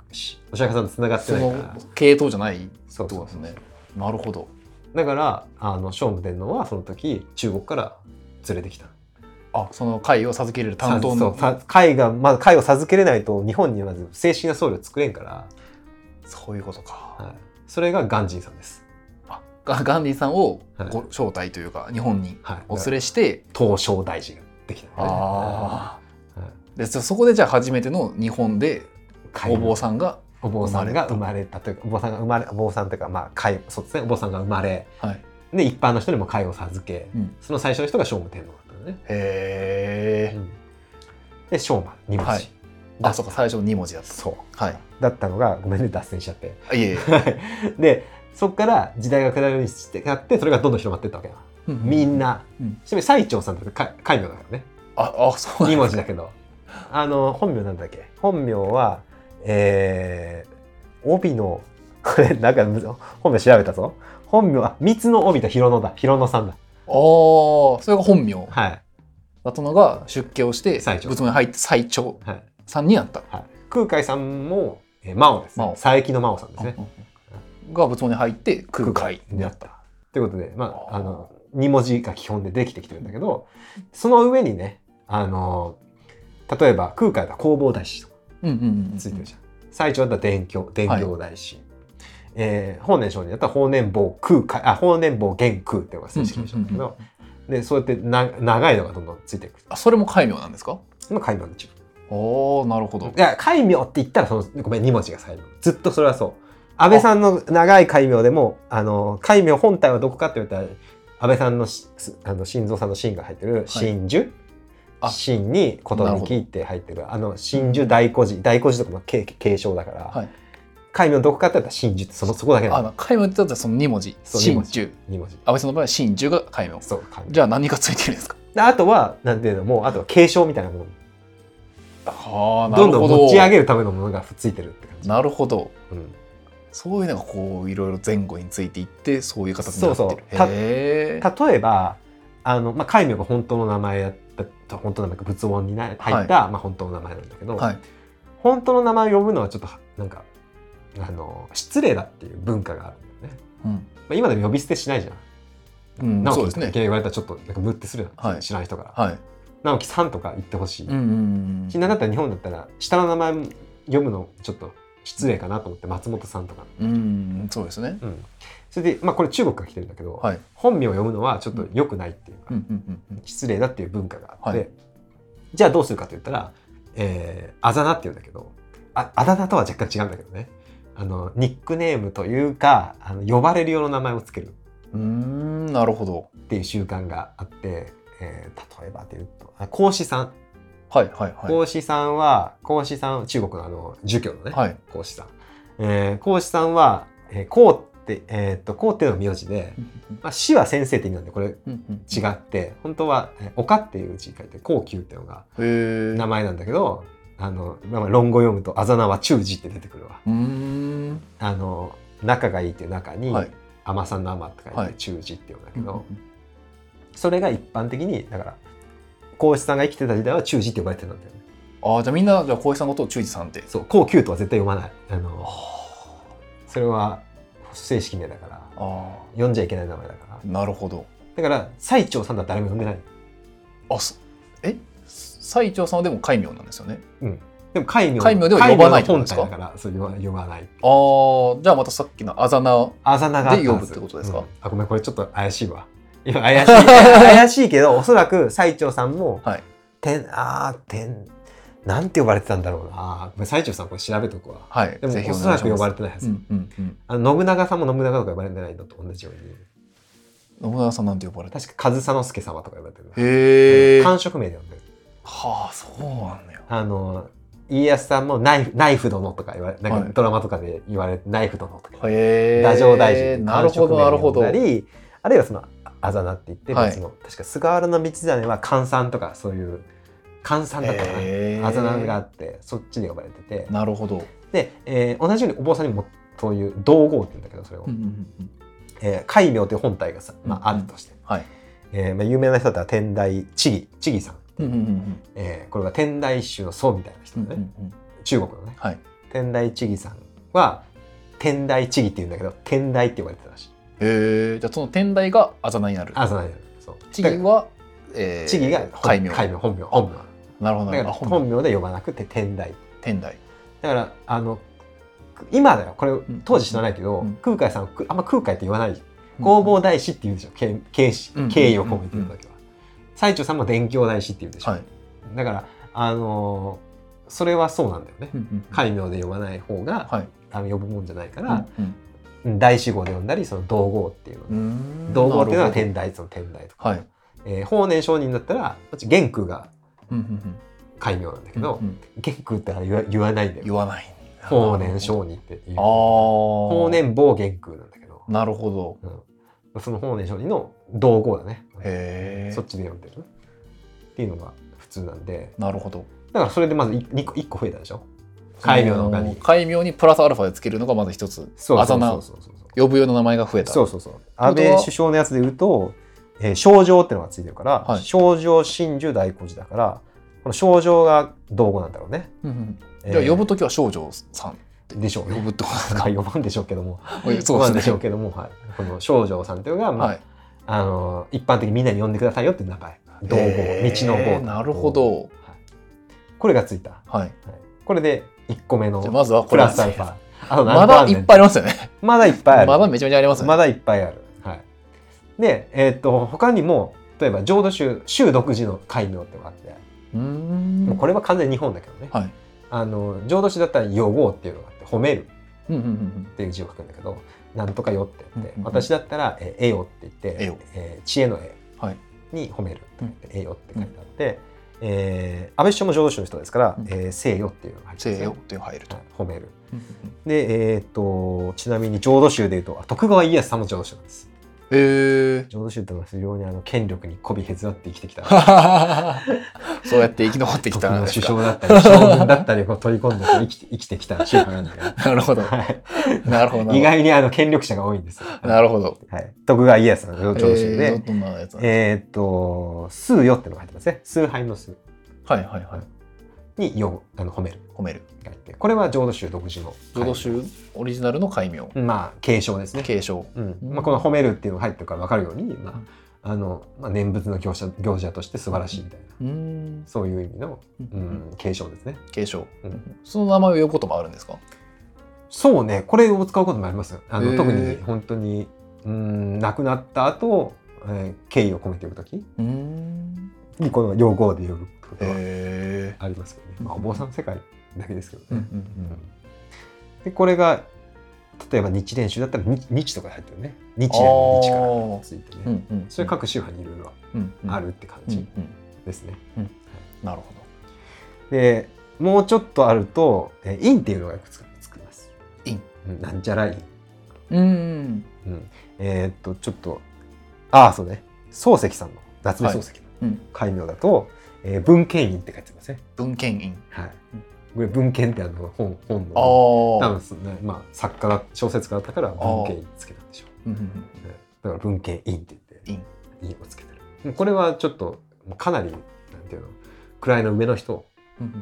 [SPEAKER 3] お釈迦さんとつながって
[SPEAKER 2] そ
[SPEAKER 3] ないから
[SPEAKER 2] の系統じゃないって
[SPEAKER 3] そう
[SPEAKER 2] こ
[SPEAKER 3] そ
[SPEAKER 2] と
[SPEAKER 3] う
[SPEAKER 2] です
[SPEAKER 3] そう
[SPEAKER 2] ねなるほど
[SPEAKER 3] だからあの聖武天皇はその時中国から連れてきた
[SPEAKER 2] あその会を授け入れる担当
[SPEAKER 3] そ
[SPEAKER 2] の
[SPEAKER 3] うさ会がまず会を授けれないと日本にまず正式な僧侶を作れんから、
[SPEAKER 2] そういうことか。
[SPEAKER 3] はい、それがガンジーさんです。
[SPEAKER 2] あガガンディさんを
[SPEAKER 3] はい
[SPEAKER 2] ご招待というか日本に
[SPEAKER 3] はい、
[SPEAKER 2] お連れして、
[SPEAKER 3] 東照大寺ができたんだよね、
[SPEAKER 2] ああ、
[SPEAKER 3] はい
[SPEAKER 2] でそそこでじゃあ初めての日本で
[SPEAKER 3] 会
[SPEAKER 2] お
[SPEAKER 3] の
[SPEAKER 2] 坊さんが、
[SPEAKER 3] お坊さんが生まれたというかお坊さんが生まれお坊さんというかまあ介そうですねお坊さんが生まれ
[SPEAKER 2] はい、
[SPEAKER 3] で一般の人にも介を授け、
[SPEAKER 2] うん
[SPEAKER 3] その最初の人が聖武天皇だったのね、
[SPEAKER 2] へえ、
[SPEAKER 3] で聖馬二文字、
[SPEAKER 2] はいあそうか最初の2文字だった
[SPEAKER 3] そう
[SPEAKER 2] はい
[SPEAKER 3] だったのがごめんね脱線しちゃって
[SPEAKER 2] あいえいえ
[SPEAKER 3] でそこから時代が下るようにしてなってそれがどんどん広まっていったわけよみんな、
[SPEAKER 2] うん
[SPEAKER 3] ちなみに最長さんだってか戒名だからね
[SPEAKER 2] ああそう
[SPEAKER 3] 2
[SPEAKER 2] なん
[SPEAKER 3] 文字だけどあの本名なんだっけ本名はえー、帯の これなんかむず本名調べたぞ本名は三つの帯と広野だ広野さんだ
[SPEAKER 2] あーそれが本名
[SPEAKER 3] はい
[SPEAKER 2] だったのが出家をして
[SPEAKER 3] 最澄
[SPEAKER 2] 仏門に入って最長
[SPEAKER 3] はい、
[SPEAKER 2] さんになった、
[SPEAKER 3] はい、空海さんも、えー、真央です
[SPEAKER 2] 真央
[SPEAKER 3] 佐伯の真央さんですね
[SPEAKER 2] が仏門に入って空海に
[SPEAKER 3] であ
[SPEAKER 2] な
[SPEAKER 3] っ
[SPEAKER 2] った
[SPEAKER 3] たということでまあ
[SPEAKER 2] あー
[SPEAKER 3] あの2文字が基本でできてきてるんだけどその上にねあの例えば空海だ弘法大師とか
[SPEAKER 2] うんうんうんうん
[SPEAKER 3] ついてるじゃん。最長だったら伝教、伝教大師。えー法然上人だったら法然坊空海、あ、法然坊元空っていうのが正式名称なんだけ
[SPEAKER 2] うんうん
[SPEAKER 3] ど、で、そうやってな長いのがどんどんついていく。
[SPEAKER 2] あそれも戒名なんですか
[SPEAKER 3] その戒名の一部。
[SPEAKER 2] おおなるほど
[SPEAKER 3] いや、戒名って言ったら、その、ごめん、二文字が最後。ずっとそれはそう。安倍さんの長い戒名でも、あの、戒名本体はどこかって言ったら、安倍さんのしあの心臓さんの心が入ってる真珠、
[SPEAKER 2] あ
[SPEAKER 3] 真にことに聞いて入ってるあの真珠大古寺大古寺とかの継継承だから、
[SPEAKER 2] はい
[SPEAKER 3] 戒名どこかって言ったら真珠ってそのそこだけなの
[SPEAKER 2] あ戒名ってだったらその2文字
[SPEAKER 3] そう二
[SPEAKER 2] 真
[SPEAKER 3] 文字
[SPEAKER 2] 珠
[SPEAKER 3] 二文字
[SPEAKER 2] 安倍さんの場合は真珠が戒名
[SPEAKER 3] そう戒名
[SPEAKER 2] じゃあ何がついてるんですか
[SPEAKER 3] であとはなんていうのもうあとは継承みたいなも
[SPEAKER 2] あ
[SPEAKER 3] のどんどん持ち上
[SPEAKER 2] げ
[SPEAKER 3] げるためのものがついてるって感じ、
[SPEAKER 2] なるほど
[SPEAKER 3] うん
[SPEAKER 2] そういうのがこういろいろ前後についていってそういう形になってる
[SPEAKER 3] そうそうた
[SPEAKER 2] へー
[SPEAKER 3] 例えばあの、まあ、戒名が本当の名前だった本当の名前が仏音にな入った、まあ、本当の名前なんだけど、
[SPEAKER 2] はい
[SPEAKER 3] 本当の名前を呼ぶのはちょっとなんかあの失礼だっていう文化があるんだよね、
[SPEAKER 2] うん
[SPEAKER 3] まあ、今でも呼び捨てしないじゃん
[SPEAKER 2] うん
[SPEAKER 3] 直
[SPEAKER 2] そう
[SPEAKER 3] 樹
[SPEAKER 2] で
[SPEAKER 3] っ
[SPEAKER 2] す
[SPEAKER 3] て
[SPEAKER 2] ね
[SPEAKER 3] 言われたらちょっとなんかムってするじゃん、
[SPEAKER 2] はい
[SPEAKER 3] 知らない人から
[SPEAKER 2] はい
[SPEAKER 3] 直樹さんとか言ってほしい、
[SPEAKER 2] うんうん
[SPEAKER 3] しなんだったら日本だったら下の名前読むのちょっと失礼かなと思って松本さんとか、
[SPEAKER 2] うんそうですね
[SPEAKER 3] うんそれで、まあ、これ中国から来てるんだけど、
[SPEAKER 2] はい
[SPEAKER 3] 本名を読むのはちょっと良くないっていうか、
[SPEAKER 2] うんうんうんうん
[SPEAKER 3] 失礼だっていう文化があって、
[SPEAKER 2] はい
[SPEAKER 3] じゃあどうするかと言ったら、えーあざなって言うんだけどああだ名とは若干違うんだけどねあのニックネームというかあの呼ばれるような名前をつける
[SPEAKER 2] うーんなるほど
[SPEAKER 3] っていう習慣があって、えー例えばで言うとあ孔子さん
[SPEAKER 2] はいはいはい
[SPEAKER 3] 孔子さんは孔子さん中国のあの儒教のね、
[SPEAKER 2] はい
[SPEAKER 3] 孔子さん、えー孔子さんは、えー孔って、えーっと孔っていうのが名字で、まあ、子は先生って意味なんでこれ
[SPEAKER 2] うんうん
[SPEAKER 3] 違って本当はえー丘っていう字書いて孔丘っていうのが
[SPEAKER 2] へー
[SPEAKER 3] 名前なんだけどあの、まあ、論語読むとあざ名は中字って出てくるわ
[SPEAKER 2] うーん
[SPEAKER 3] あの仲がいいっていう中に、
[SPEAKER 2] はい
[SPEAKER 3] 甘さんの甘って書い
[SPEAKER 2] は
[SPEAKER 3] て
[SPEAKER 2] い
[SPEAKER 3] 中字っていうんだけ
[SPEAKER 2] うんう
[SPEAKER 3] ど、
[SPEAKER 2] ん
[SPEAKER 3] それが一般的にだから孔子さんが生きてた時代は中字って呼ばれてたんだよね
[SPEAKER 2] ああじゃあみんなじゃあ浩平さんのことを忠治さんって
[SPEAKER 3] そう孔丘とは絶対読まないあの
[SPEAKER 2] あ
[SPEAKER 3] それは不正式名だから
[SPEAKER 2] あ
[SPEAKER 3] 読んじゃいけない名前だから
[SPEAKER 2] ーなるほど
[SPEAKER 3] だから最澄さんだって誰も呼んでない
[SPEAKER 2] あそえ最澄さんはでも戒名なんですよね
[SPEAKER 3] でも戒名
[SPEAKER 2] 戒名では呼ばないって
[SPEAKER 3] 戒名
[SPEAKER 2] こと
[SPEAKER 3] の
[SPEAKER 2] で
[SPEAKER 3] 本
[SPEAKER 2] す
[SPEAKER 3] 体
[SPEAKER 2] か
[SPEAKER 3] だからそう呼ば呼ばない
[SPEAKER 2] ああじゃあまたさっきのあざな
[SPEAKER 3] あざ名があったん
[SPEAKER 2] で呼ぶってことですか
[SPEAKER 3] うんあごめんこれちょっと怪しいわ今怪しい 怪しいけどおそらく最澄さんも、
[SPEAKER 2] はい
[SPEAKER 3] 天あー天なんて呼ばれてたんだろうなごめん最澄さんこれ調べとくわ
[SPEAKER 2] はい
[SPEAKER 3] でも
[SPEAKER 2] ぜひ
[SPEAKER 3] お
[SPEAKER 2] お願いし
[SPEAKER 3] そ
[SPEAKER 2] ま
[SPEAKER 3] ら
[SPEAKER 2] す
[SPEAKER 3] く呼ばれてないはず、
[SPEAKER 2] うんうんうん
[SPEAKER 3] あの信長さんも信長とか呼ばれてないのと同じように
[SPEAKER 2] 信長さんなんて呼ばれた
[SPEAKER 3] 確か上総介様とか呼ばれてる
[SPEAKER 2] へえは
[SPEAKER 3] 官職名で呼んでる
[SPEAKER 2] あそうなんだよ
[SPEAKER 3] あの家康さんもナイフナイフ殿とか言われなん
[SPEAKER 2] は
[SPEAKER 3] か
[SPEAKER 2] い
[SPEAKER 3] ドラマとかで言われて、ナイフ殿とか
[SPEAKER 2] へえ
[SPEAKER 3] 太政大臣
[SPEAKER 2] なるほどなるほど
[SPEAKER 3] なりあるいはそのあざなって言って
[SPEAKER 2] はい
[SPEAKER 3] 別の、確か菅原道真は関さんとかそういう関さんだったか
[SPEAKER 2] へー
[SPEAKER 3] なあざながあってそっちで呼ばれてて
[SPEAKER 2] なるほど
[SPEAKER 3] で、えー同じようにお坊さんにもそういう道号って言うんだけどそれを、
[SPEAKER 2] うんうんうんうん
[SPEAKER 3] えー戒名という本体がさ、まあ、
[SPEAKER 2] うん
[SPEAKER 3] あ
[SPEAKER 2] うん
[SPEAKER 3] るとして、
[SPEAKER 2] はい
[SPEAKER 3] えーまあ、有名な人だったら天台智義智義さん、
[SPEAKER 2] うんうんうん
[SPEAKER 3] えーこれが天台宗の僧みたいな人
[SPEAKER 2] う
[SPEAKER 3] ね
[SPEAKER 2] ん、うんうん
[SPEAKER 3] 中国のね
[SPEAKER 2] はい
[SPEAKER 3] 天台智義さんは天台智義って言うんだけど天台って呼ばれてたらしい
[SPEAKER 2] へえじゃあその天台があざなになる
[SPEAKER 3] あざなになるそう
[SPEAKER 2] 地義はえー
[SPEAKER 3] 地義が本
[SPEAKER 2] 戒名
[SPEAKER 3] 戒名本名本名
[SPEAKER 2] なるほど
[SPEAKER 3] だ
[SPEAKER 2] な
[SPEAKER 3] か
[SPEAKER 2] る
[SPEAKER 3] ら
[SPEAKER 2] ほどあ本
[SPEAKER 3] 本名で呼ばなくて天台
[SPEAKER 2] 天台
[SPEAKER 3] だからあの今だよこれ
[SPEAKER 2] ん
[SPEAKER 3] 当時知らないけど、
[SPEAKER 2] うん
[SPEAKER 3] 空海さんくあんま空海って言わない弘法大師って言うでしょ敬敬し
[SPEAKER 2] うん
[SPEAKER 3] 敬意を込めてるだけは最澄さんも伝教大師って言うでしょ、
[SPEAKER 2] はい
[SPEAKER 3] だからあのーそれはそうなんだよね
[SPEAKER 2] うんうん
[SPEAKER 3] 戒名で呼ばない方が、
[SPEAKER 2] はい
[SPEAKER 3] あの呼ぶもんじゃないか
[SPEAKER 2] う
[SPEAKER 3] ら、
[SPEAKER 2] ん
[SPEAKER 3] 大師号で呼んだりその道号っていうの、
[SPEAKER 2] うん
[SPEAKER 3] 道号っていうのは
[SPEAKER 2] なる
[SPEAKER 3] 天台その天台とか、
[SPEAKER 2] ほどはい
[SPEAKER 3] えー法然上人だったらこっち元空が
[SPEAKER 2] うんうんうん
[SPEAKER 3] 戒名なんだけど、
[SPEAKER 2] うんうん
[SPEAKER 3] 元空ってあれ言わ言わないんだよ
[SPEAKER 2] 言わない
[SPEAKER 3] 法然上人っていう
[SPEAKER 2] ああ法
[SPEAKER 3] 法然坊元空なんだけど、
[SPEAKER 2] なるほど
[SPEAKER 3] うん、その法然上人の道号だね
[SPEAKER 2] へえ
[SPEAKER 3] そっちで読んでるっていうのが普通なんで
[SPEAKER 2] なるほど
[SPEAKER 3] だからそれでまず 1, 個一個増えたでしょ戒名の他に
[SPEAKER 2] 改名にプラスアルファでつけるのがまず一つ
[SPEAKER 3] そうそ
[SPEAKER 2] あ
[SPEAKER 3] う
[SPEAKER 2] だ名
[SPEAKER 3] そうそうそう
[SPEAKER 2] 呼ぶような名前が増えた
[SPEAKER 3] そううそうそう安倍首相のやつで言うと「えー、症状」ってのがついてるから「
[SPEAKER 2] はい
[SPEAKER 3] 症状真珠大古寺」だからこの症状が道語なんだろうね。
[SPEAKER 2] んうん
[SPEAKER 3] え
[SPEAKER 2] じゃあ
[SPEAKER 3] ー
[SPEAKER 2] 呼ぶときは少女さん
[SPEAKER 3] でしょう
[SPEAKER 2] 呼
[SPEAKER 3] ね。
[SPEAKER 2] ぶってことです
[SPEAKER 3] ま
[SPEAKER 2] か
[SPEAKER 3] あ呼ばんでしょうけども、
[SPEAKER 2] そう
[SPEAKER 3] 呼ばん
[SPEAKER 2] で
[SPEAKER 3] ですしょ
[SPEAKER 2] ね
[SPEAKER 3] うけども、はい、この少女さんというのが、まあ
[SPEAKER 2] はい
[SPEAKER 3] あの一般的にみんなに呼んでくださいよっていう名前道号、
[SPEAKER 2] へー
[SPEAKER 3] 道の号
[SPEAKER 2] なるほど
[SPEAKER 3] これがついた、は
[SPEAKER 2] はい
[SPEAKER 3] い、これで1個目の
[SPEAKER 2] じゃあまずはこ
[SPEAKER 3] プ
[SPEAKER 2] れ
[SPEAKER 3] ラスアルファあと
[SPEAKER 2] ま
[SPEAKER 3] 何個あ
[SPEAKER 2] だ
[SPEAKER 3] ん
[SPEAKER 2] い
[SPEAKER 3] ねん
[SPEAKER 2] っぱいありますよね
[SPEAKER 3] まだいっぱいあ
[SPEAKER 2] ま
[SPEAKER 3] る
[SPEAKER 2] だめちゃめちゃありますね
[SPEAKER 3] まだいっぱいある。はい、で、えーっと他にも例えば浄土宗宗独自の戒名ってのがあって、
[SPEAKER 2] うーん
[SPEAKER 3] もうこれは完全に日本だけどね、
[SPEAKER 2] はい
[SPEAKER 3] あの浄土宗だったら「予号」っていうのがあって「褒める」
[SPEAKER 2] うんうんうんうん
[SPEAKER 3] っていう字を書くんだけど「なんとかよ」って言って、
[SPEAKER 2] うんうんうん
[SPEAKER 3] 私だったら「えー栄養」って言って
[SPEAKER 2] 栄養
[SPEAKER 3] えー知恵の栄」
[SPEAKER 2] はい
[SPEAKER 3] に褒めるって書いて「栄養」って書いてあって、えー安倍首相も浄土宗の人ですから
[SPEAKER 2] うん
[SPEAKER 3] 「えー聖よ」っていうのが入ってるんです
[SPEAKER 2] 西
[SPEAKER 3] ね
[SPEAKER 2] 洋っていうのが入ると
[SPEAKER 3] はい褒める。
[SPEAKER 2] うんうんうん
[SPEAKER 3] で、えーっとちなみに浄土宗でいうとあ徳川家康さんも浄土宗なんです。
[SPEAKER 2] へえ
[SPEAKER 3] 浄土宗ってのは非常にあの権力に媚びへつらって生きてきた
[SPEAKER 2] そうやって生き残ってきた
[SPEAKER 3] 時
[SPEAKER 2] ん
[SPEAKER 3] の
[SPEAKER 2] です
[SPEAKER 3] 首
[SPEAKER 2] か
[SPEAKER 3] 相だったり将軍だったりをこう取り 込んでこう生きて生きてきた宗派なんだけど、
[SPEAKER 2] なるほど
[SPEAKER 3] は
[SPEAKER 2] なるほど
[SPEAKER 3] い、意
[SPEAKER 2] なる
[SPEAKER 3] 外にあの権力者が多いんですよ。
[SPEAKER 2] ほどなるほど
[SPEAKER 3] はい、徳川家康の浄土宗
[SPEAKER 2] え
[SPEAKER 3] で
[SPEAKER 2] ー、どんなやつなんです
[SPEAKER 3] えーっと「数よ」ってのが入ってますね「崇拝の数
[SPEAKER 2] かはいはいはい
[SPEAKER 3] によあの褒める
[SPEAKER 2] 褒める」
[SPEAKER 3] って書いてこれは浄土宗独自の
[SPEAKER 2] 浄土宗オリジナルの戒名
[SPEAKER 3] はいまあ継承ですね、
[SPEAKER 2] 継承
[SPEAKER 3] うんまあ、この「褒める」っていうのが入ってるから分かるように、まああのまあ、念仏の行者行者として素晴らしいみたいな、
[SPEAKER 2] うーん
[SPEAKER 3] そういう意味の、うん、継承ですね。
[SPEAKER 2] 継承
[SPEAKER 3] うん
[SPEAKER 2] その名前を呼ぶこともあるんですか
[SPEAKER 3] そうね、これを使うこともあります。あ
[SPEAKER 2] へ
[SPEAKER 3] の
[SPEAKER 2] ー
[SPEAKER 3] 特に本当に、うん、亡くなった後、えー敬意を込めて呼ぶとき
[SPEAKER 2] うーん
[SPEAKER 3] に、この用語で呼ぶことは
[SPEAKER 2] へえ
[SPEAKER 3] ありますけどね。まあ、お坊さんの世界だけですけどね。
[SPEAKER 2] うん
[SPEAKER 3] うんで、これが、例えば日蓮宗だったら日、日とか入ってるね。日蓮の日から
[SPEAKER 2] あ
[SPEAKER 3] ついて
[SPEAKER 2] あう
[SPEAKER 3] ね。
[SPEAKER 2] んうん
[SPEAKER 3] それ各宗派にいろいろ
[SPEAKER 2] うんうん
[SPEAKER 3] あるって感
[SPEAKER 2] うんう
[SPEAKER 3] じ
[SPEAKER 2] ん
[SPEAKER 3] ですね。
[SPEAKER 2] なるほ
[SPEAKER 3] で、もうちょっとあると、えー、陰っていうのがいくつか作ります。
[SPEAKER 2] 陰
[SPEAKER 3] うんなんちゃら陰。
[SPEAKER 2] どうーん
[SPEAKER 3] うん、えーっとちょっとああそうね漱石さんの夏目漱石の
[SPEAKER 2] うん
[SPEAKER 3] 戒名だと、えー文献院って書いてますね。
[SPEAKER 2] 文献院
[SPEAKER 3] はい、これ文献ってあの本本
[SPEAKER 2] あ
[SPEAKER 3] の多
[SPEAKER 2] あ
[SPEAKER 3] 分そうね、まあ、作家だ小説家だったから文献院つけたんでしょう、ねだから文献院って言って院をつけてるうんこれはちょっともうかなりなんていうの位の上の人、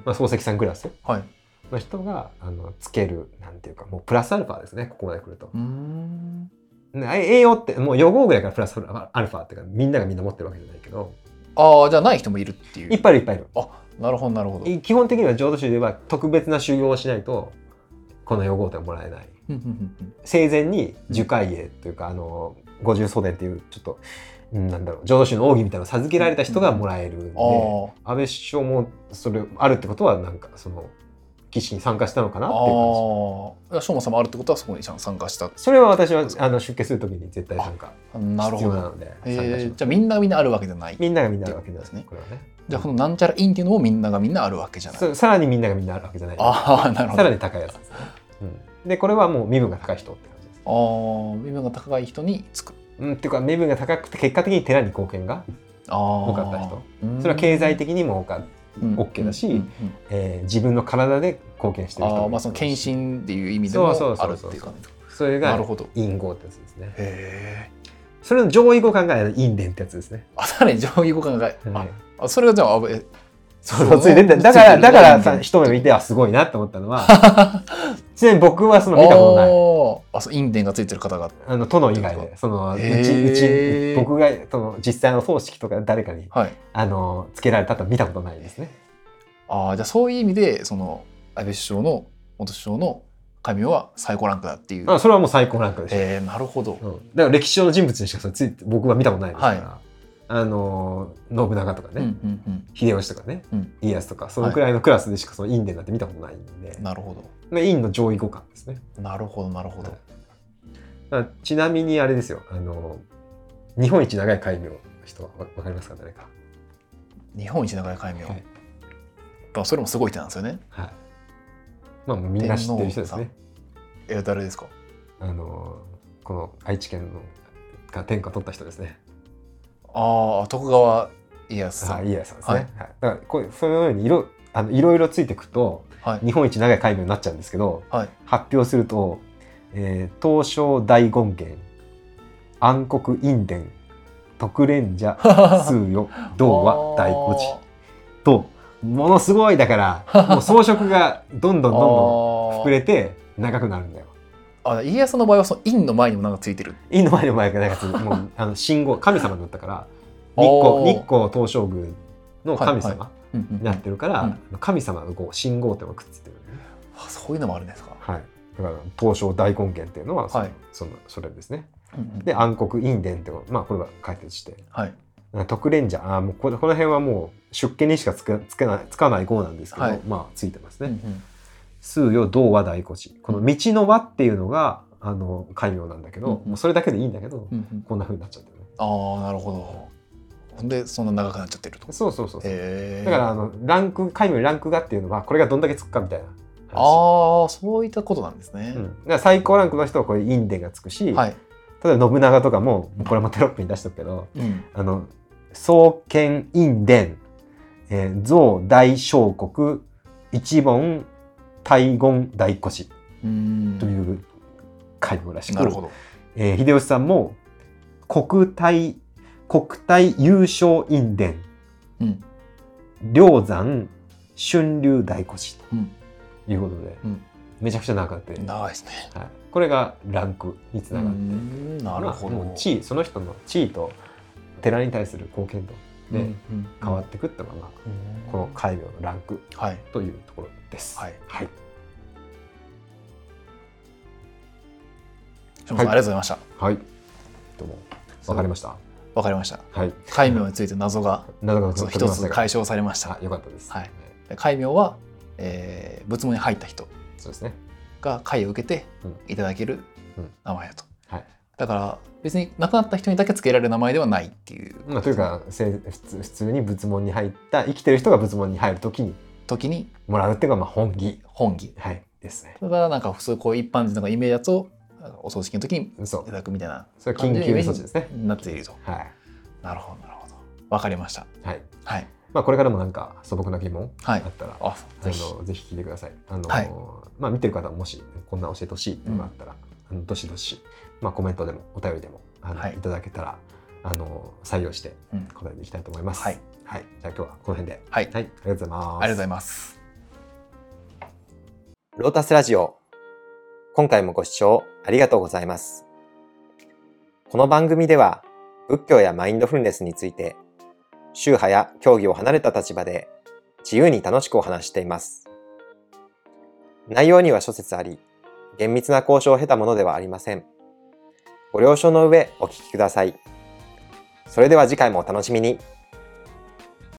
[SPEAKER 3] まあ、漱石さんクラス
[SPEAKER 2] はい
[SPEAKER 3] の人があのつけるなんていうかもうプラスアルファですねここまで来ると
[SPEAKER 2] うー。ん
[SPEAKER 3] ね栄養ってもう予防ぐらいからプラスアルファアルファっていうかみんながみんな持ってるわけじゃないけど
[SPEAKER 2] ああじゃあない人もいるっていう
[SPEAKER 3] いっぱいいるいっぱいいる
[SPEAKER 2] あなるほどなるほど
[SPEAKER 3] い基本的には浄土宗では特別な修行をしないとこの予防点はもらえない
[SPEAKER 2] うんうんうん
[SPEAKER 3] 生前に樹海栄というかあの五重祖伝っていうちょっとうんなんだろう浄土宗の奥義みたいなのを授けられた人がもらえるんで
[SPEAKER 2] あー
[SPEAKER 3] 安倍首相もそれあるってことはなんかその儀式に参加したのかな
[SPEAKER 2] あ
[SPEAKER 3] っていう感じ
[SPEAKER 2] ーいやしょうもさんもあるってことはそこに参加した
[SPEAKER 3] それは私はあの出家するときに絶対参加
[SPEAKER 2] なる
[SPEAKER 3] 必
[SPEAKER 2] ほ
[SPEAKER 3] 要な
[SPEAKER 2] ど
[SPEAKER 3] ので参加します、
[SPEAKER 2] えーじゃあみんながみんなあるわけじゃない
[SPEAKER 3] みんながみんなあるわけじゃない
[SPEAKER 2] って
[SPEAKER 3] これはね
[SPEAKER 2] じゃあこのなんちゃらインっていうのもみんながみんなあるわけじゃない
[SPEAKER 3] そうさらにみんながみんなあるわけじゃない
[SPEAKER 2] あ あなるほ
[SPEAKER 3] さ
[SPEAKER 2] ど
[SPEAKER 3] らに高いやつですね、うん、でこれはもう身分が高い人って感じです、
[SPEAKER 2] ああ身分が高い人につく
[SPEAKER 3] うん、っていうか身分が高くて結果的に寺に貢献が
[SPEAKER 2] あ
[SPEAKER 3] 多
[SPEAKER 2] 多
[SPEAKER 3] かった人それは経済的にも多か、OK だしえー自分の体で貢献してる人
[SPEAKER 2] ああ
[SPEAKER 3] も
[SPEAKER 2] まあその献身っていう意味でも
[SPEAKER 3] そう
[SPEAKER 2] あ
[SPEAKER 3] そ
[SPEAKER 2] る
[SPEAKER 3] う
[SPEAKER 2] って
[SPEAKER 3] そうそう
[SPEAKER 2] いう感じ
[SPEAKER 3] それ
[SPEAKER 2] なる
[SPEAKER 3] が
[SPEAKER 2] ほど
[SPEAKER 3] 因号ってやつですね
[SPEAKER 2] へ え
[SPEAKER 3] それの上位互換が因縁ってやつですね、
[SPEAKER 2] あさらに上位互換が、
[SPEAKER 3] はい
[SPEAKER 2] ああそれがじゃあ安倍
[SPEAKER 3] そうそうついててだからだからさ一目見てはすごいなって思ったのは ちなみに僕はその見たことない
[SPEAKER 2] おーあそうインデンがついてる方が
[SPEAKER 3] あの殿以外でそのう
[SPEAKER 2] へ
[SPEAKER 3] ちうち
[SPEAKER 2] ー
[SPEAKER 3] 僕がその実際の葬式とか誰かに
[SPEAKER 2] はい
[SPEAKER 3] あのつけられたとは見たことないですね。
[SPEAKER 2] ああじゃあそういう意味でその安倍首相の元首相の神は最高ランクだっていう
[SPEAKER 3] あそれはもう最高ランクでした。
[SPEAKER 2] えー、なるほど
[SPEAKER 3] うん、だから歴史上の人物にしかそれついて僕は見たことないですから、
[SPEAKER 2] は
[SPEAKER 3] あの信長とかね、
[SPEAKER 2] うんうん
[SPEAKER 3] 秀吉とかね、
[SPEAKER 2] うん
[SPEAKER 3] 家康とかそのくらいのクラスでしかその院でなんて見たことないんで、
[SPEAKER 2] うんなるほど
[SPEAKER 3] まあ院の上位互換ですね。
[SPEAKER 2] なるほどなるほど
[SPEAKER 3] あちなみにあれですよあの日本一長い戒名の人はわわかりますか誰か、
[SPEAKER 2] 日本一長い戒名、
[SPEAKER 3] はい
[SPEAKER 2] まあそれもすごい手なんですよね
[SPEAKER 3] はい、まあもうみんな知ってる人ですね
[SPEAKER 2] えー、誰ですか
[SPEAKER 3] あのこの愛知県のが天下取った人ですね
[SPEAKER 2] ああ徳川家康さん
[SPEAKER 3] はい
[SPEAKER 2] は
[SPEAKER 3] 家康さんですね、
[SPEAKER 2] は
[SPEAKER 3] はいいだからこうそのようにいろあのいろいろついてくと
[SPEAKER 2] い
[SPEAKER 3] 日本一長い戒名になっちゃうんですけど
[SPEAKER 2] はい
[SPEAKER 3] 発表すると、えー東証大権現暗黒印伝徳蓮社通 よ道和大孤寺とものすごいだからもう装飾がどんどんどんどん
[SPEAKER 2] ど
[SPEAKER 3] 膨れて長くなるんだよ。
[SPEAKER 2] あ家康の場合はその陰の前にもなんかついてる
[SPEAKER 3] インド前の前がなんかつ もうあの信号神様になったから
[SPEAKER 2] あ
[SPEAKER 3] 日
[SPEAKER 2] ー
[SPEAKER 3] 光日光東照宮の神
[SPEAKER 2] はいは
[SPEAKER 3] 様
[SPEAKER 2] うんうん
[SPEAKER 3] になってるから、
[SPEAKER 2] うん
[SPEAKER 3] 神様のこう信号っていうのがくっついてる、ね
[SPEAKER 2] あそういうのもあるんですか、
[SPEAKER 3] はい、だから東照大権現っていうのはそ,、
[SPEAKER 2] はい
[SPEAKER 3] そのそれですね。
[SPEAKER 2] うんうん
[SPEAKER 3] で暗黒印伝っていうのまあこれは解説して
[SPEAKER 2] はい
[SPEAKER 3] 徳蓮社あーもうこれこの辺はもう出家にしかつけつけないつかない号なんですけど、
[SPEAKER 2] はい
[SPEAKER 3] まあついてます
[SPEAKER 2] う
[SPEAKER 3] ね。
[SPEAKER 2] んうん
[SPEAKER 3] 数よ道和大古寺この道の和っていうのがあの戒名なんだけど、
[SPEAKER 2] うん
[SPEAKER 3] もうそれだけでいいんだけど、
[SPEAKER 2] うんうん
[SPEAKER 3] こんな風になっちゃってるね
[SPEAKER 2] ああなるほどほんでそんな長くなっちゃってると
[SPEAKER 3] そうそうそうそう
[SPEAKER 2] へえ
[SPEAKER 3] だからあのランク戒名にランクがっていうのはこれがどんだけつくかみたいな話
[SPEAKER 2] ああそういったことなんですね、
[SPEAKER 3] うん、だから最高ランクの人はこれ印伝がつくし、
[SPEAKER 2] はい、
[SPEAKER 3] 例えば信長とかもこれもテロップに出しとくけど
[SPEAKER 2] うん、
[SPEAKER 3] あの創建印伝、えー、増大小国一門大言大古寺
[SPEAKER 2] うーん
[SPEAKER 3] という戒名らしく、
[SPEAKER 2] なるほど
[SPEAKER 3] えー秀吉さんも国体国体優勝印伝
[SPEAKER 2] うん
[SPEAKER 3] 梁山春流大古寺
[SPEAKER 2] うん
[SPEAKER 3] ということで、
[SPEAKER 2] うん
[SPEAKER 3] めちゃくちゃ長くて、はい、
[SPEAKER 2] 長いですね
[SPEAKER 3] これがランクにつ
[SPEAKER 2] うー
[SPEAKER 3] ながって、
[SPEAKER 2] んなるほど、
[SPEAKER 3] まあもう地位その人の地位と寺に対する貢献度
[SPEAKER 2] うんう
[SPEAKER 3] で
[SPEAKER 2] んうん
[SPEAKER 3] 変わってくってのが、まあこの戒名のランク
[SPEAKER 2] はい
[SPEAKER 3] というところです。
[SPEAKER 2] はい
[SPEAKER 3] はい、
[SPEAKER 2] 島さん、
[SPEAKER 3] はい
[SPEAKER 2] ありがとうございました
[SPEAKER 3] はい、どうもわかりました。
[SPEAKER 2] わかりました
[SPEAKER 3] はい、
[SPEAKER 2] 戒名について謎 が
[SPEAKER 3] なかな
[SPEAKER 2] そう
[SPEAKER 3] か
[SPEAKER 2] 一つ解消されました
[SPEAKER 3] あ、よかったです。
[SPEAKER 2] はいで戒名は、えー、仏門に入った人
[SPEAKER 3] そうですね。
[SPEAKER 2] が会を受けて
[SPEAKER 3] うん
[SPEAKER 2] いただける
[SPEAKER 3] うん
[SPEAKER 2] 名前だと、
[SPEAKER 3] はい
[SPEAKER 2] だから別に亡くなった人にだけ付けられる名前ではないっていう
[SPEAKER 3] まあ、というかせ普通普通に仏門に入った生きてる人が仏門に入るときに
[SPEAKER 2] 時に
[SPEAKER 3] もらうっていうのがまあ本義、
[SPEAKER 2] 本義
[SPEAKER 3] はい、ですね。
[SPEAKER 2] それがなんか普通こう一般人のイメージだとお葬式の時にい
[SPEAKER 3] そ
[SPEAKER 2] た
[SPEAKER 3] う、
[SPEAKER 2] だくみたいな
[SPEAKER 3] それは緊急措置ですね。
[SPEAKER 2] なっていると
[SPEAKER 3] はい、
[SPEAKER 2] なるほどなるほどわかりました
[SPEAKER 3] はい、
[SPEAKER 2] はい
[SPEAKER 3] まあこれからもなんか素朴な疑問
[SPEAKER 2] は
[SPEAKER 3] あ
[SPEAKER 2] い
[SPEAKER 3] ったら、
[SPEAKER 2] あ
[SPEAKER 3] あ
[SPEAKER 2] ぜひ
[SPEAKER 3] のぜひ聞いてください。あの、
[SPEAKER 2] はい
[SPEAKER 3] まあ見てる方ももしこんな教えてほしいっていうのがあったら、あのどしどしまあコメントでもお便りでもあの、
[SPEAKER 2] はい
[SPEAKER 3] い、ただけたらあの採用して
[SPEAKER 2] うん
[SPEAKER 3] 答えていきたいと思います。
[SPEAKER 2] はい、
[SPEAKER 3] はい、じゃあ今日はこの辺で、
[SPEAKER 2] はい
[SPEAKER 3] はい、ありがとうございます。
[SPEAKER 2] ありがとうございます
[SPEAKER 1] ロータスラジオ。今回もご視聴ありがとうございます。この番組では、仏教やマインドフルネスについて、宗派や教義を離れた立場で、自由に楽しくお話しています。内容には諸説あり、厳密な交渉を経たものではありません。ご了承の上、お聞きください。それでは次回もお楽しみに。